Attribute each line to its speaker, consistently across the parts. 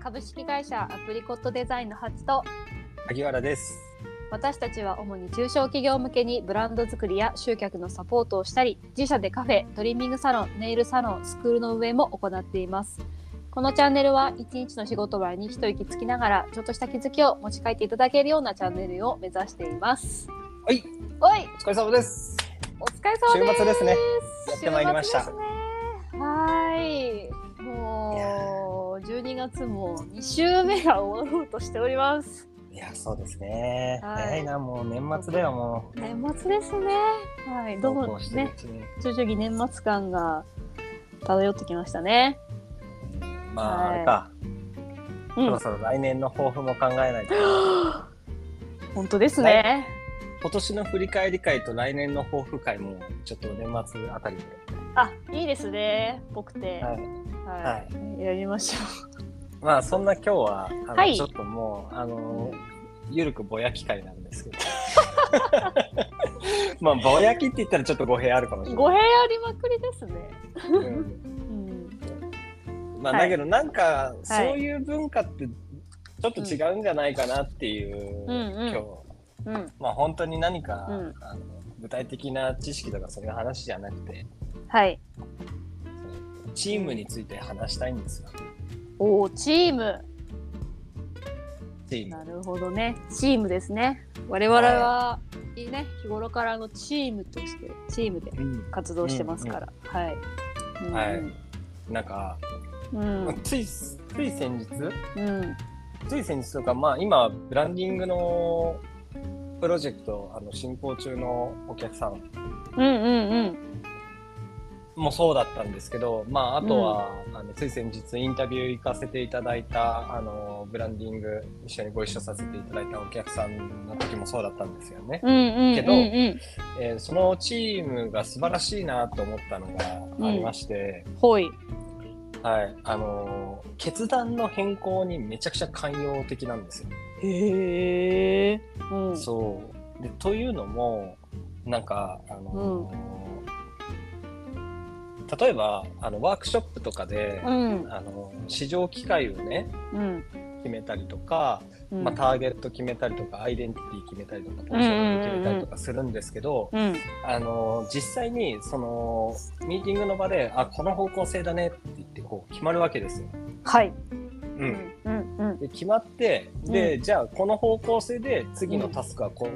Speaker 1: 株式会社アプリコットデザインのハチと
Speaker 2: 萩原です。
Speaker 1: 私たちは主に中小企業向けにブランド作りや集客のサポートをしたり自社でカフェトリミングサロンネイルサロンスクールの運営も行っていますこのチャンネルは一日の仕事場に一息つきながらちょっとした気づきを持ち帰っていただけるようなチャンネルを目指しています
Speaker 2: はい、
Speaker 1: おい
Speaker 2: お疲れ様です。
Speaker 1: お疲れ様です
Speaker 2: 週末ですねやってまいりました
Speaker 1: 週末ですねはーいもう12月も2週目が終わろうとしております
Speaker 2: いや、そうですね。
Speaker 1: はい
Speaker 2: 早いな、もう年末だよ、もう。
Speaker 1: 年末ですねはいどう
Speaker 2: そうこ
Speaker 1: も
Speaker 2: うしてる
Speaker 1: ね
Speaker 2: うちに
Speaker 1: 徐々に年末感が漂ってきましたね。
Speaker 2: うんまあ、
Speaker 1: はい
Speaker 2: あれか、
Speaker 1: う
Speaker 2: そろ
Speaker 1: ん、
Speaker 2: そろ来年の抱負も考えないと。
Speaker 1: 本当ですね。
Speaker 2: 今年の振り返り会と来年の抱負会も、ちょっと年末あたりで。
Speaker 1: あ、いいですね。僕て、
Speaker 2: は。
Speaker 1: はいい、
Speaker 2: は
Speaker 1: やりましょ
Speaker 2: まあ、そんな今日は、あの
Speaker 1: はい
Speaker 2: ちょっともう、あの、ゆるくぼやき会なんです けど。まあ、ぼやきって言ったらちょっと語弊あるかもし
Speaker 1: う。
Speaker 2: れ
Speaker 1: 語
Speaker 2: な
Speaker 1: 弊
Speaker 2: い。
Speaker 1: ありまくりですね。
Speaker 2: うん
Speaker 1: うん、
Speaker 2: まあ、
Speaker 1: はい
Speaker 2: だけどなんかそういう文化ってちょっと違うんじゃないかなっていう、
Speaker 1: うんうん
Speaker 2: 今日、
Speaker 1: うん、
Speaker 2: まあ、本当に何か、
Speaker 1: うん
Speaker 2: あの具体的な知識とかそういう話じゃなくて
Speaker 1: はい。
Speaker 2: チームについて話したいんですよ
Speaker 1: おーチーム。
Speaker 2: チー
Speaker 1: な
Speaker 2: ム
Speaker 1: るほどね。チームですね。我々は、い、いね。日頃からのチームとして、チームで
Speaker 2: うん
Speaker 1: 活動してますから。はい。うん
Speaker 2: はいなんか、
Speaker 1: うん。
Speaker 2: ついつい先日
Speaker 1: うん。
Speaker 2: つい先日とかまあ今ブランディングのプロジェクトあの進行中のお客さん
Speaker 1: うんうんうん。
Speaker 2: もそうだったんですけど、まあ、あとは、あのつい先日インタビュー行かせていただいたあのブランディング一緒にご一緒させていただいたお客さんの時もそうだったんですよね、
Speaker 1: うんうんうんうん。
Speaker 2: けどえーそのチームが素晴らしいなと思ったのがありまして、
Speaker 1: ほい。
Speaker 2: はい、あの決断の変更にめちゃくちゃ寛容的なんですよ。
Speaker 1: へえ。うん。
Speaker 2: そうでというのもなんかあの例えばあのワークショップとかで、
Speaker 1: うん。
Speaker 2: あの市場機会をね
Speaker 1: うん。
Speaker 2: 決めたりとか、
Speaker 1: うん
Speaker 2: まあ、ターゲット決めたりとかアイデンティティ決めたりとかポジショニング決めたりとかするんですけど、
Speaker 1: うん。
Speaker 2: あの実際にそのミーティングの場であこの方向性だねって言ってこう決まるわけですよ。
Speaker 1: はい。
Speaker 2: う、。
Speaker 1: うんうん。うん。
Speaker 2: で決まってで、
Speaker 1: う
Speaker 2: じゃあこの方向性で次のタスクはこ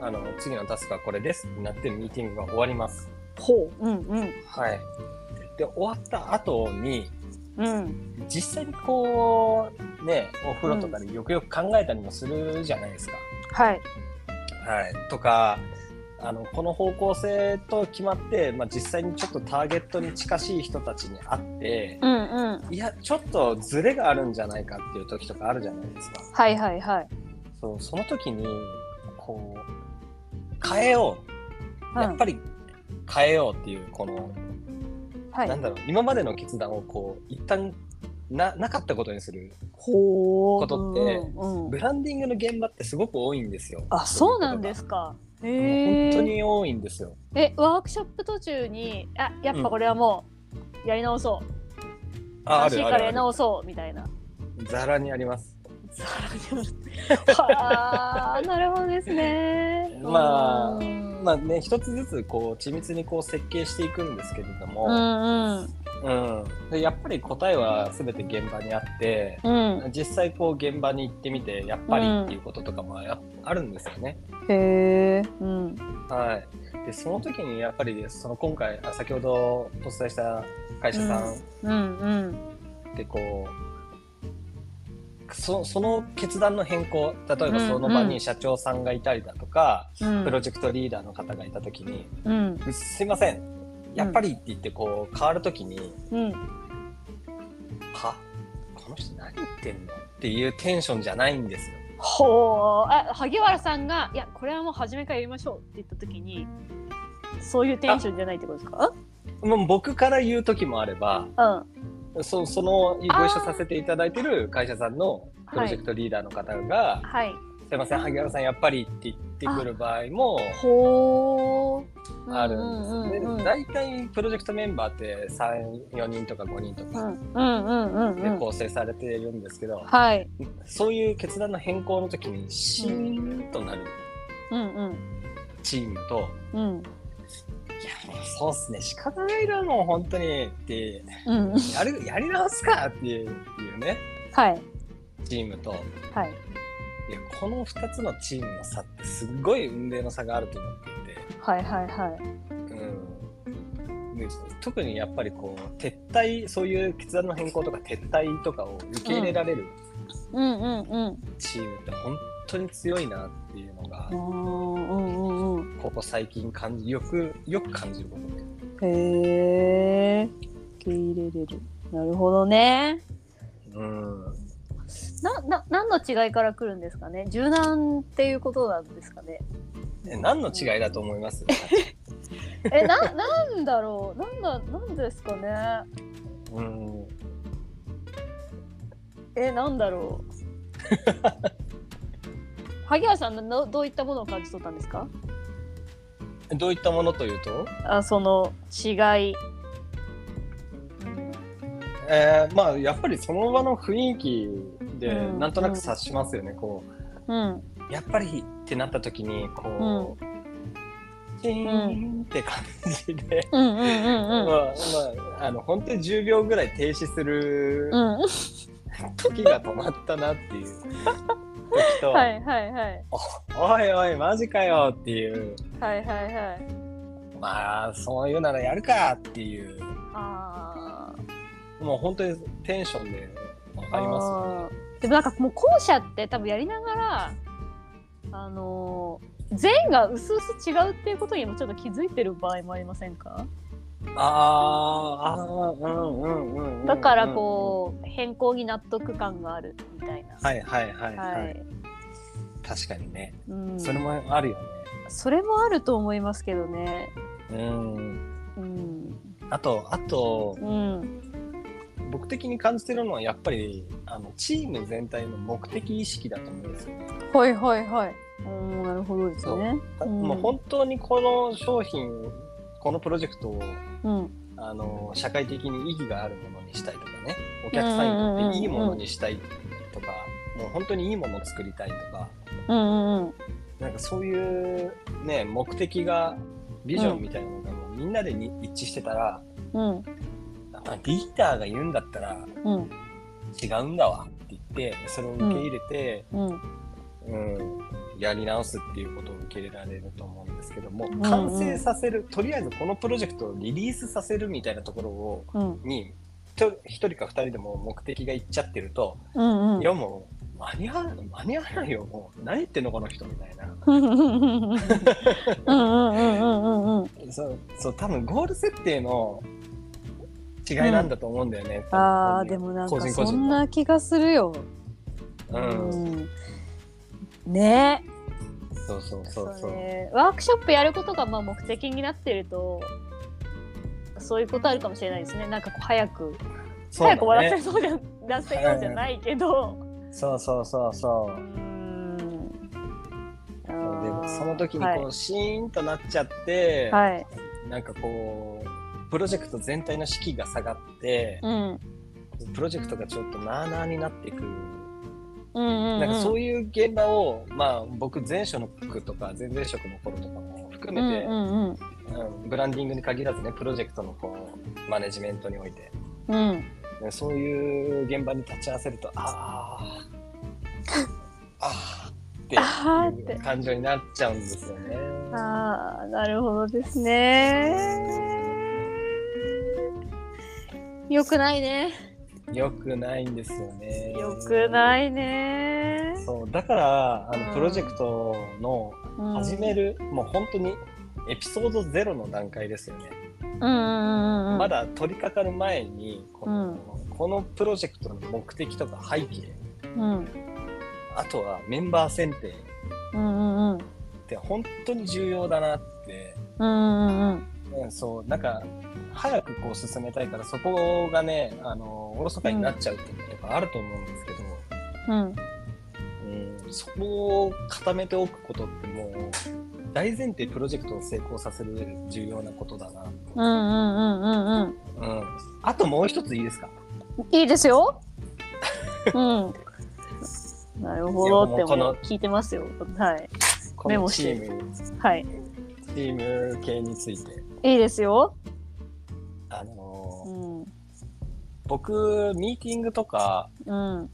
Speaker 2: う、あの次のタスクはこれですってなってミーティングが終わります。
Speaker 1: ほう。うん。うん。
Speaker 2: はい、で終わった後に
Speaker 1: うん。
Speaker 2: 実際にこうねお風呂とかでよくよく考えたりもするじゃないですか。
Speaker 1: はい。
Speaker 2: はい、とかあのこの方向性と決まって、まあ、実際にちょっとターゲットに近しい人たちに会って
Speaker 1: うん。うん。
Speaker 2: いやちょっとズレがあるんじゃないかっていう時とかあるじゃないですか
Speaker 1: はい。はい。はい。
Speaker 2: そうその時にこう変えよう
Speaker 1: うん
Speaker 2: やっぱり変えようっていうこの、
Speaker 1: は
Speaker 2: なん
Speaker 1: い。
Speaker 2: だろう今までの決断をこう一旦ななかったことにする
Speaker 1: ほう。
Speaker 2: ことって
Speaker 1: うん。うん
Speaker 2: ブランディングの現場ってすごく多いんですよ
Speaker 1: あ、そうなんですすか。
Speaker 2: もう
Speaker 1: へ
Speaker 2: 本
Speaker 1: え。
Speaker 2: 当。に多いんですよ
Speaker 1: え、ワークショップ途中に、あ、やっぱこれはもう。やり直そう。
Speaker 2: ああ
Speaker 1: しい
Speaker 2: る
Speaker 1: か
Speaker 2: あ
Speaker 1: らやり
Speaker 2: るあ
Speaker 1: 直そうみたいな。
Speaker 2: るざらにあります
Speaker 1: さらに。はあ、なるほどですね。
Speaker 2: まあ
Speaker 1: うん
Speaker 2: まあね、一つずつこう緻密にこう設計していくんですけれど
Speaker 1: う
Speaker 2: も、
Speaker 1: ん。うん。
Speaker 2: うんでやっぱり答えは全て現場にあって
Speaker 1: うん。
Speaker 2: 実際こう現場に行ってみてやっぱりっていうこととかもやあるんですよね。
Speaker 1: へえ。うん。
Speaker 2: はい、でその時にやっぱりその今回あ先ほどお伝えした会社さんっ
Speaker 1: うんうん
Speaker 2: てこう、そその決断の変更例えばその場
Speaker 1: うんうん
Speaker 2: に社長さんがいたりだとか、
Speaker 1: うん
Speaker 2: プロジェクトリーダーの方がいた時に
Speaker 1: うん
Speaker 2: 「すいませんやっぱり」って言ってこう変わる時に。
Speaker 1: うん
Speaker 2: はこの人何言ってんのっていうテンションじゃないんですよ。
Speaker 1: ほうあ萩原さんが「いやこれはもう初めからやりましょう」って言った時にそういうテンションじゃないってことですか
Speaker 2: もう僕から言う時もあれば
Speaker 1: うん
Speaker 2: そそのご一緒させていただいてる会社さんのプロジェクトリーダーの方が
Speaker 1: はい
Speaker 2: すいません、萩原さん、やっぱりって言ってくる場合も
Speaker 1: ほー。
Speaker 2: あるんで
Speaker 1: うんう
Speaker 2: すよね。で
Speaker 1: んうんうん
Speaker 2: 大体、プロジェクトメンバーって3、4人とか5人と
Speaker 1: う
Speaker 2: か
Speaker 1: んうんうんうんう
Speaker 2: で
Speaker 1: ん。
Speaker 2: 構成されているんですけど、
Speaker 1: はい。
Speaker 2: そういう決断の変更の時に、シーンとなる
Speaker 1: うんうん。
Speaker 2: チームと、
Speaker 1: うん。
Speaker 2: いや、もうそうっすね、仕方ないな、もう本当にって、
Speaker 1: うん。
Speaker 2: やる、やり直すかっていういうね、
Speaker 1: はい。
Speaker 2: チームと、
Speaker 1: はい。
Speaker 2: いや、この2つのチームの差って、すっごい運命の差があると思っていて。
Speaker 1: はいはいはい。
Speaker 2: うんで特にやっぱりこう撤退そういう決断の変更とか撤退とかを受け入れられる
Speaker 1: うんうんうん。
Speaker 2: チームって本当に強いなっていうのが
Speaker 1: あーうんうんうん。
Speaker 2: ここ最近感じよくよく感じることで
Speaker 1: へえ。受け入れれる。なるほどね。
Speaker 2: うん
Speaker 1: な、な、何の違いから来るんですかね。柔軟っていうことなんですかね。
Speaker 2: え何の違いだと思います
Speaker 1: え、な、 なんだろう。なんだ、なんですかね。
Speaker 2: うん
Speaker 1: え、なんだろう。萩原さんのどういったものを感じ取ったんですか。
Speaker 2: どういったものというと、
Speaker 1: あ、その違い。
Speaker 2: えーまあやっぱりその場の雰囲気で
Speaker 1: うん
Speaker 2: なんとなく察しますよね、こ
Speaker 1: うん。
Speaker 2: うやっぱりってなった時にこう、チーンって感じで、
Speaker 1: うんうんうんうん。
Speaker 2: まあまあ、あの本当に10秒ぐらい停止す
Speaker 1: う
Speaker 2: る
Speaker 1: ん、は
Speaker 2: 時が止まったなっていう 時と、
Speaker 1: いはいはい
Speaker 2: おいおいマジかよっていう
Speaker 1: はいはいはい
Speaker 2: まあそういうならやるかっていう
Speaker 1: あー
Speaker 2: もう本当にテンションで分かりま
Speaker 1: あーでもなんかもう校舎って多分やりながらあのー全員が薄々違うっていうことにもちょっと気づいてる場合もありませんか、
Speaker 2: すよあーあーうんうんうんうんうん
Speaker 1: だからこう変更に納得感があるみたいな
Speaker 2: はいはいはいは
Speaker 1: は
Speaker 2: い、
Speaker 1: い
Speaker 2: 確かにね
Speaker 1: うん
Speaker 2: それもあるよ
Speaker 1: それもあると思いますけどね
Speaker 2: ねうん
Speaker 1: うん
Speaker 2: あとあと
Speaker 1: うん
Speaker 2: 僕的に感じてるのはやっぱりあのチーム全体の目的意識だと思うんですよ
Speaker 1: はいはいはいうんなるほどですねうん
Speaker 2: もう本当にこの商品このプロジェクトを
Speaker 1: うん
Speaker 2: あの社会的に意義があるものにしたいとかねお客さんにとっていいものにしたいとかもう本当にいいものを作りたいとか
Speaker 1: うんうんうん
Speaker 2: なんかそういう、ね、目的がビジョンみたいなのがもうみんなでに一致してたら、
Speaker 1: うん
Speaker 2: あリーダーが言うんだったら
Speaker 1: うん
Speaker 2: 違うんだわって言ってそれを受け入れて、
Speaker 1: うん
Speaker 2: うん、やり直すっていうことを受け入れられると思うんですけども完成させる、とりあえずこのプロジェクトをリリースさせるみたいなところを
Speaker 1: うん
Speaker 2: に1人か2人でも目的がいっちゃってると、
Speaker 1: うんうん
Speaker 2: いやもう間に合わない間に合わないよもう何言ってんのこの人みたいな
Speaker 1: うんうんうんうんうん
Speaker 2: そうそう多分ゴール設定の違いなんだと思うんだよね、
Speaker 1: あーでもなん
Speaker 2: 個
Speaker 1: か
Speaker 2: 人個
Speaker 1: そ
Speaker 2: 人
Speaker 1: ん
Speaker 2: の
Speaker 1: な気がするよ。
Speaker 2: うん、
Speaker 1: うんね
Speaker 2: そうそう
Speaker 1: え
Speaker 2: そうそう、
Speaker 1: ねワークショップやることがまあ目的になってるとそういうことあるかもしれないですねなんかこう早く、
Speaker 2: そう
Speaker 1: 早く
Speaker 2: だ
Speaker 1: 終わら
Speaker 2: ね
Speaker 1: せそうじゃ出せようじゃないけど。
Speaker 2: そうそうそうそううん
Speaker 1: あ
Speaker 2: で
Speaker 1: ー
Speaker 2: その時にこう、
Speaker 1: はい
Speaker 2: シーンとなっちゃって、
Speaker 1: はい
Speaker 2: なんかこうプロジェクト全体の士気が下がって、
Speaker 1: うん
Speaker 2: プロジェクトがちょっとなあなあになっていく
Speaker 1: うん
Speaker 2: なんかそう
Speaker 1: い
Speaker 2: いう現場を、まあ、僕前職とか前々職の頃とかも含めて
Speaker 1: う、んうん
Speaker 2: うんブランディングに限らずねプロジェクトのこうマネジメントにおいて、
Speaker 1: うんうん
Speaker 2: ねそういう現場に立ち会わせるとあーあ
Speaker 1: あ
Speaker 2: ー
Speaker 1: ー
Speaker 2: っ
Speaker 1: って
Speaker 2: い
Speaker 1: て
Speaker 2: う感情になっちゃうんですよね。
Speaker 1: ああ、なるほどですね。よくないね。
Speaker 2: よくないんですよね。
Speaker 1: よくないいね。
Speaker 2: そうだからあ
Speaker 1: うん
Speaker 2: のプロジェクトの
Speaker 1: うん
Speaker 2: 始める、もう本当にエピソードゼロの段階ですよね。
Speaker 1: うんうんうんうん。
Speaker 2: ま。だ取り掛かる前にこの,、このプロジェクトの目的とか背景
Speaker 1: うんうん
Speaker 2: あとはメンバー選定っ
Speaker 1: うんうん。
Speaker 2: て本当に重要だなって、
Speaker 1: うんうんうん。
Speaker 2: うん、そうなんか早くこう進めたいからそこがねあのおろそかになっちゃうってことがあると思うんですけど、
Speaker 1: うん
Speaker 2: うんそこを固めておくことってもう大前提プロジェクトを成功させる上で重要なことだなと、
Speaker 1: うんうんうんうんうん。
Speaker 2: うん、あともう一ついいですか
Speaker 1: いいです よ。うん。なるほどって
Speaker 2: いやもうこ
Speaker 1: もう
Speaker 2: の
Speaker 1: 聞いてますよ。はい。
Speaker 2: こ
Speaker 1: メモ
Speaker 2: の
Speaker 1: し
Speaker 2: チ
Speaker 1: て
Speaker 2: ーム
Speaker 1: はい。
Speaker 2: チーム系について
Speaker 1: いいですよ。
Speaker 2: あのー
Speaker 1: うん。うん。
Speaker 2: 僕ミーティングとか
Speaker 1: うん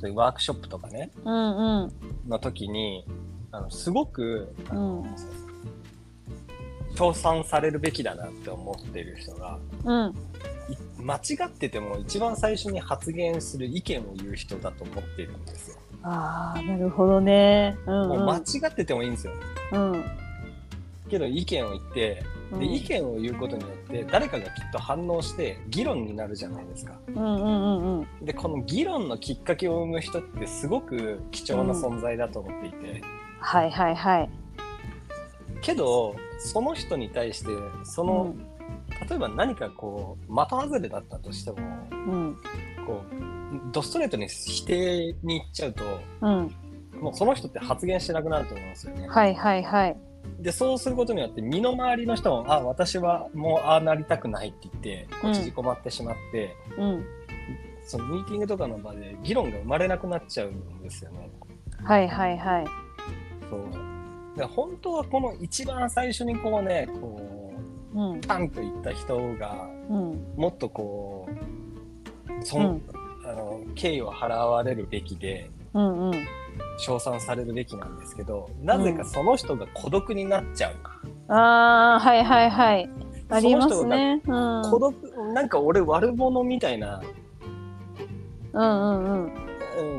Speaker 2: そういうワークショップとかね
Speaker 1: うん。
Speaker 2: の時にあのすごくあの、
Speaker 1: う
Speaker 2: 称賛されるべきだなって思ってる人が
Speaker 1: うん。
Speaker 2: い間違ってても一番最初に発言する意見を言う人だと思っているんですよ。
Speaker 1: ああ、なるほどね。うん、う。
Speaker 2: もうん間違っててもいいんですよ。
Speaker 1: うん。
Speaker 2: けど意見を言って
Speaker 1: うん
Speaker 2: で意見を言うことによって誰かがきっと反応して議論になるじゃないですか。
Speaker 1: うんうんうんうん。
Speaker 2: でこの議論のきっかけを生む人ってすごく貴重な存在だと思っていて、
Speaker 1: はいはいはい。
Speaker 2: けどその人に対してその、例えば何かこう的外れだったとしても
Speaker 1: うん。
Speaker 2: こうドストレートに否定に行っちゃうと
Speaker 1: うん。うん。
Speaker 2: もうその人って発言しなくなると思うんですよね。
Speaker 1: はいはいはい。
Speaker 2: でそうすることによって身の回りの人も「あ私はもうああなりたくない」って言ってこ
Speaker 1: うん
Speaker 2: う縮こまってしまって、
Speaker 1: うん。
Speaker 2: そのミーティングとかの場で議論が生まれなくなっちゃうんですよね。
Speaker 1: はいはいはい。
Speaker 2: そうで本当はこの一番最初にこうねこ
Speaker 1: うん
Speaker 2: う。パンといった人が
Speaker 1: うん。
Speaker 2: もっとこうそ
Speaker 1: うん。
Speaker 2: あの敬意を払われるべきで
Speaker 1: うんうん。
Speaker 2: 称賛されるべきなんですけどなぜかその人が孤独になっちゃう、
Speaker 1: ああ、はいはいはい。あります
Speaker 2: その
Speaker 1: ね。うん。
Speaker 2: 孤独なんか俺悪者みたいな、
Speaker 1: うんうんうん。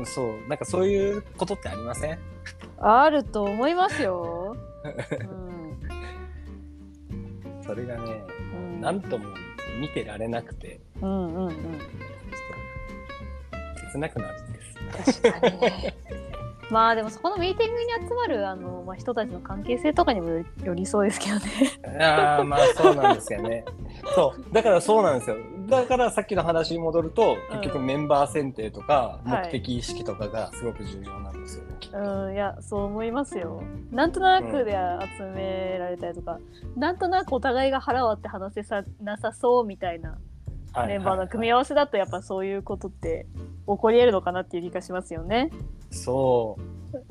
Speaker 2: うん、そうなんかそういうことってありません
Speaker 1: あると思いますよ。うん
Speaker 2: それがね
Speaker 1: うん。
Speaker 2: なんとも見てられなくて
Speaker 1: うんうんうん。
Speaker 2: 切なくなるんです
Speaker 1: 確かにね まあでもそこのミーティングに集まるあの、まあ、人たちの関係性とかにもよりよりそうですけどね。
Speaker 2: ああまあそうなんです よねそうだからそうなんですよだからさっきの話に戻ると結局
Speaker 1: う
Speaker 2: メンバー選定とか
Speaker 1: はい
Speaker 2: 目的意識とかがすごく重要なんですよね、きっと
Speaker 1: うん、いやそう思いますよ。なんとなくで集められたりとか、なんとなくお互いが腹割って話せさなさそうみたいな
Speaker 2: はい
Speaker 1: メンバーの組み合
Speaker 2: はい
Speaker 1: わせだとやっぱそういうことって起こり得るのかなっていう気がしますよね。
Speaker 2: はいそう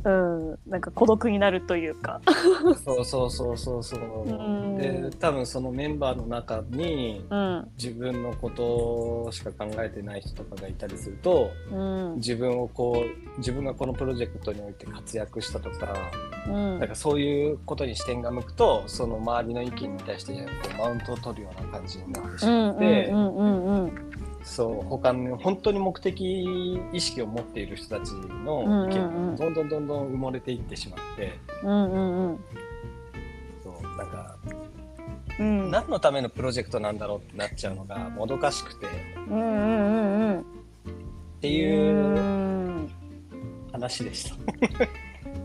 Speaker 1: うん、なんか孤独になるというか。
Speaker 2: そうそうそうそうそうう。
Speaker 1: ん
Speaker 2: で多分そのメンバーの中に
Speaker 1: うん、
Speaker 2: 自分のことしか考えてない人とかがいたりすると
Speaker 1: うん、
Speaker 2: 自分をこう自分がこのプロジェクトにおいて活躍したとか
Speaker 1: うん
Speaker 2: なん。かそういうことに視点が向くとその周りの意見に対してこうマウントを取るような感じになってし
Speaker 1: う
Speaker 2: ま
Speaker 1: ん
Speaker 2: っ
Speaker 1: う
Speaker 2: て、
Speaker 1: んうんうん
Speaker 2: そう他の本当に目的意識を持っている人たち
Speaker 1: うんう
Speaker 2: の意見
Speaker 1: んうん
Speaker 2: がどんどんどんどん埋もれていってしまって
Speaker 1: うんうんうん
Speaker 2: そうなんか
Speaker 1: うん
Speaker 2: 何のためのプロジェクトなんだろうってなっちゃうのがもどかしくてっ
Speaker 1: うんうんうんうん
Speaker 2: ていううん話でした。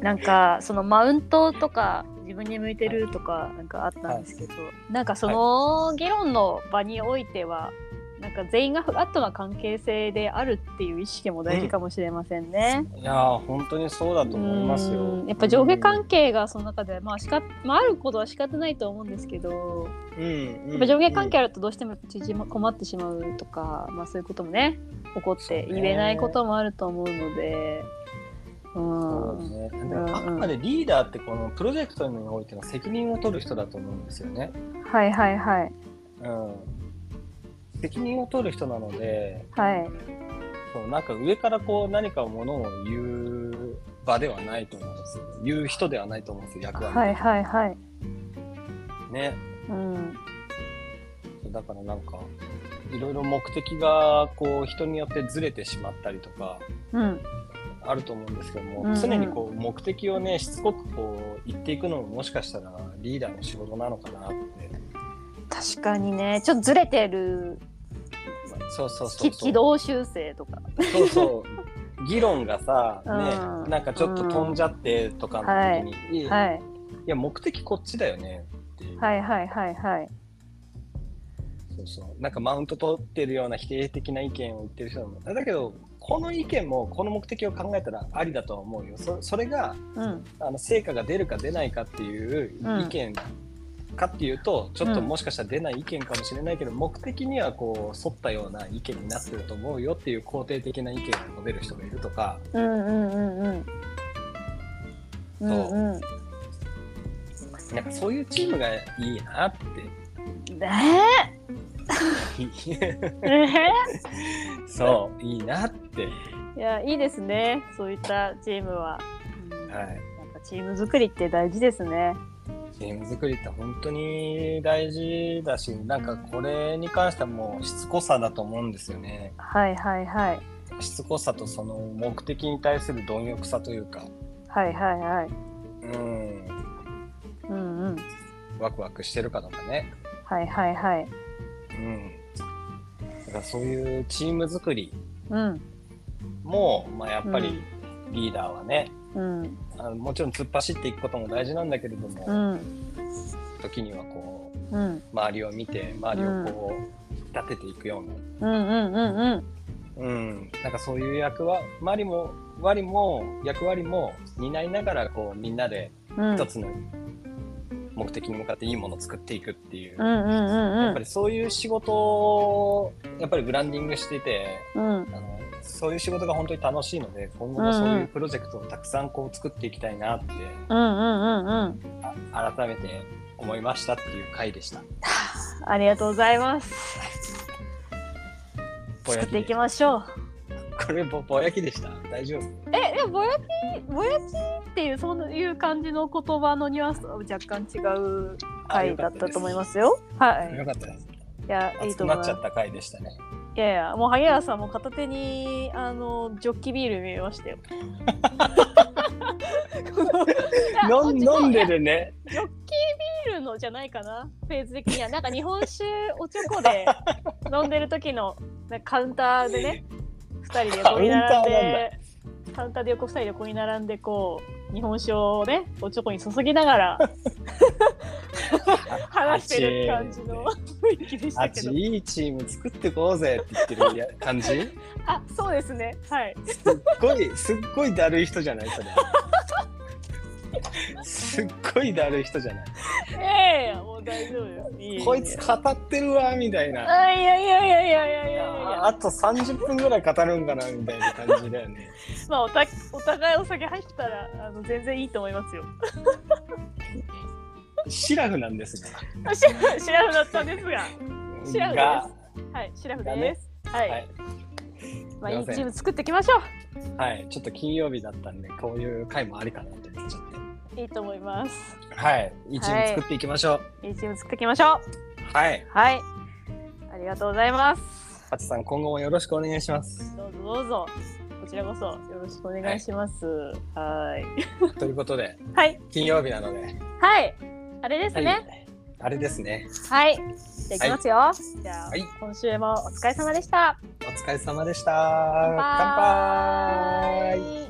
Speaker 1: なんかそのマウントとか自分に向いてるとかなんかあったんですけど、なんかその議論の場においては、なんか全員がフラットな関係性であるっていう意識も大事かもしれませんね。
Speaker 2: いやー本当にそうだと思います
Speaker 1: う
Speaker 2: よ
Speaker 1: ん。やっぱ上下関係がその中で、まあしかまあ、あることは仕方ないと思うんですけど、
Speaker 2: うん、
Speaker 1: やっぱ上下関係あるとどうしても縮ま困ってしまうとか、まあ、そういうこともね起こって言えないこともあると思うので。
Speaker 2: そう
Speaker 1: うん
Speaker 2: ですね。
Speaker 1: ん
Speaker 2: であくまでリーダーってこのプロジェクトにおいての責任を取る人だと思うんですよね。
Speaker 1: はいはいはい
Speaker 2: うん、責任を取る人なので
Speaker 1: はい。
Speaker 2: そうなんか上からこう何かものを言う場ではないと思うんですよ。言う人ではないと思うんですよ役割、
Speaker 1: はいはいはい。
Speaker 2: ね。
Speaker 1: うん。
Speaker 2: だからなんかいろいろ目的がこう人によってずれてしまったりとか
Speaker 1: うん。
Speaker 2: あると思うんですけども、
Speaker 1: うんうん
Speaker 2: 常にこう目的をねしつこくこう言っていくのももしかしたらリーダーの仕事なのかなって
Speaker 1: 確かにね、ちょっとずれてる。
Speaker 2: そうそうそう
Speaker 1: き
Speaker 2: そう
Speaker 1: 軌道修正とか。
Speaker 2: そうそう議論がさ、
Speaker 1: うん
Speaker 2: ね、なんかちょっと飛んじゃってとかの時に、い
Speaker 1: はい。
Speaker 2: や目的こっちだよねっていう、
Speaker 1: はいはいはいはい。
Speaker 2: そうそうなんかマウント取ってるような否定的な意見を言ってる人もだけどこの意見もこの目的を考えたらありだとは思うよそそれが
Speaker 1: うん
Speaker 2: あの成果が出るか出ないかっていう
Speaker 1: うん
Speaker 2: 意見かっていうと、ちょっと
Speaker 1: うん
Speaker 2: もしかしたら出ない意見かもしれないけど、目的にはこう沿ったような意見になってると思うよっていう肯定的な意見を述べる人がいるとか
Speaker 1: うんうんうんうんうんうん
Speaker 2: なんかそういうチームがいいな って
Speaker 1: え
Speaker 2: い
Speaker 1: ー、え
Speaker 2: そういいなって、
Speaker 1: ー、いやいいですねそういったチームは、うんやっ
Speaker 2: はい、
Speaker 1: ぱチーム作りって大事ですね
Speaker 2: チーム作りって本当に大事だしなんかこれに関してはもうしつこさだと思うんですよね
Speaker 1: はいはいはい
Speaker 2: しつこさとその目的に対する貪欲さというか
Speaker 1: はいはいはい
Speaker 2: うん
Speaker 1: うんうん
Speaker 2: ワクワクしてるかとかね、
Speaker 1: はいはいはい
Speaker 2: うん、だからそういうチーム作り
Speaker 1: うん
Speaker 2: も、まあ、やっぱりリーダーはね、
Speaker 1: うん
Speaker 2: あのもちろん突っ走っていくことも大事なんだけれども、
Speaker 1: うん
Speaker 2: 時にはこう
Speaker 1: うん
Speaker 2: 周りを見て周りをこう引き立てていくような、
Speaker 1: うんうんうんうん
Speaker 2: うん、なんかそういう役は周りも割も役割も担いながらこうみんなで
Speaker 1: うん
Speaker 2: 一つの目的に向かっていいものを作っていくっていう、
Speaker 1: うんうん
Speaker 2: やっ
Speaker 1: うん
Speaker 2: ぱりそういう仕事をやっぱりブランディングしてて
Speaker 1: うんうん
Speaker 2: あのそういう仕事が本当に楽しいので今後もそういうプロジェクトをたくさんこう作っていきたいなって、
Speaker 1: うんうんうん
Speaker 2: あ改めて思いましたっていう回でした。
Speaker 1: ありがとうございます
Speaker 2: ぼや
Speaker 1: 作
Speaker 2: き
Speaker 1: っていき
Speaker 2: で
Speaker 1: ましょう
Speaker 2: これぼぼやきでした大丈夫
Speaker 1: えでもぼやきぼやきっていうそういう感じの言葉のニュアンスとは若干違う
Speaker 2: あ
Speaker 1: 回
Speaker 2: よ
Speaker 1: だ
Speaker 2: か
Speaker 1: ったと思いますすよは
Speaker 2: よ
Speaker 1: い
Speaker 2: かったです。
Speaker 1: いやいい
Speaker 2: 熱
Speaker 1: と思
Speaker 2: く
Speaker 1: い
Speaker 2: なっ
Speaker 1: ま
Speaker 2: ち
Speaker 1: す
Speaker 2: ゃった回でしたね。
Speaker 1: いやいやもう萩原さんも片手にあのジョッキビール見えましたよ
Speaker 2: の
Speaker 1: いや
Speaker 2: 飲んでるね。
Speaker 1: ジョッキビールのじゃないかなフェーズ的にはなんか日本酒おちょこで飲んでる時のなんかカウンターでね2人で横に並ん でカウンターで横2人で横に並んでこう日本酒をねおちょこに注ぎなが ら話してる感じの雰囲気でし
Speaker 2: あ
Speaker 1: た
Speaker 2: っ
Speaker 1: け
Speaker 2: ち
Speaker 1: ど
Speaker 2: いいチーム作ってこうぜって言ってるや感じすっ
Speaker 1: あそうですねはい
Speaker 2: ごいすっごいだるい人じゃない それすっごいだるい人じゃない
Speaker 1: いやいやもう大丈夫ですいい
Speaker 2: こいつ語ってるわみたいな
Speaker 1: あいやいやいやいやいやいやい
Speaker 2: あ
Speaker 1: や
Speaker 2: あと30分ぐらい語るんかなみたいな感じだよ ね
Speaker 1: まあおたお互いお酒入ってたらあの全然いいと思いますよ
Speaker 2: シラフなんですが
Speaker 1: あシラシラフだったんですが、シラフ
Speaker 2: が
Speaker 1: はい、シラフ
Speaker 2: だ
Speaker 1: で
Speaker 2: ね
Speaker 1: す。はい、
Speaker 2: はい
Speaker 1: まあ、
Speaker 2: すい
Speaker 1: い
Speaker 2: ま
Speaker 1: い
Speaker 2: せん
Speaker 1: チーム作っていきましょ
Speaker 2: はいちょっと金曜日だったんでこういう回もありかなって思っちゃっ
Speaker 1: う。
Speaker 2: て
Speaker 1: いいと思います。
Speaker 2: はいいいチーム作っていきましょう
Speaker 1: いいチーム作っていきましょう。
Speaker 2: はい
Speaker 1: はい、ありがとうございます。
Speaker 2: ハチさん今後もよろしくお願い します
Speaker 1: どうぞどうぞ、こちらこそよろしくお願いします。はい、
Speaker 2: ということで
Speaker 1: はい、
Speaker 2: 金曜日なので、
Speaker 1: はい、あれです
Speaker 2: はい
Speaker 1: ね。、
Speaker 2: あれですね
Speaker 1: はい、じゃあいきますよ。じゃあ、
Speaker 2: はい
Speaker 1: 今週もお疲れ様でした。
Speaker 2: お疲れ様でした
Speaker 1: 乾
Speaker 2: 乾杯
Speaker 1: 杯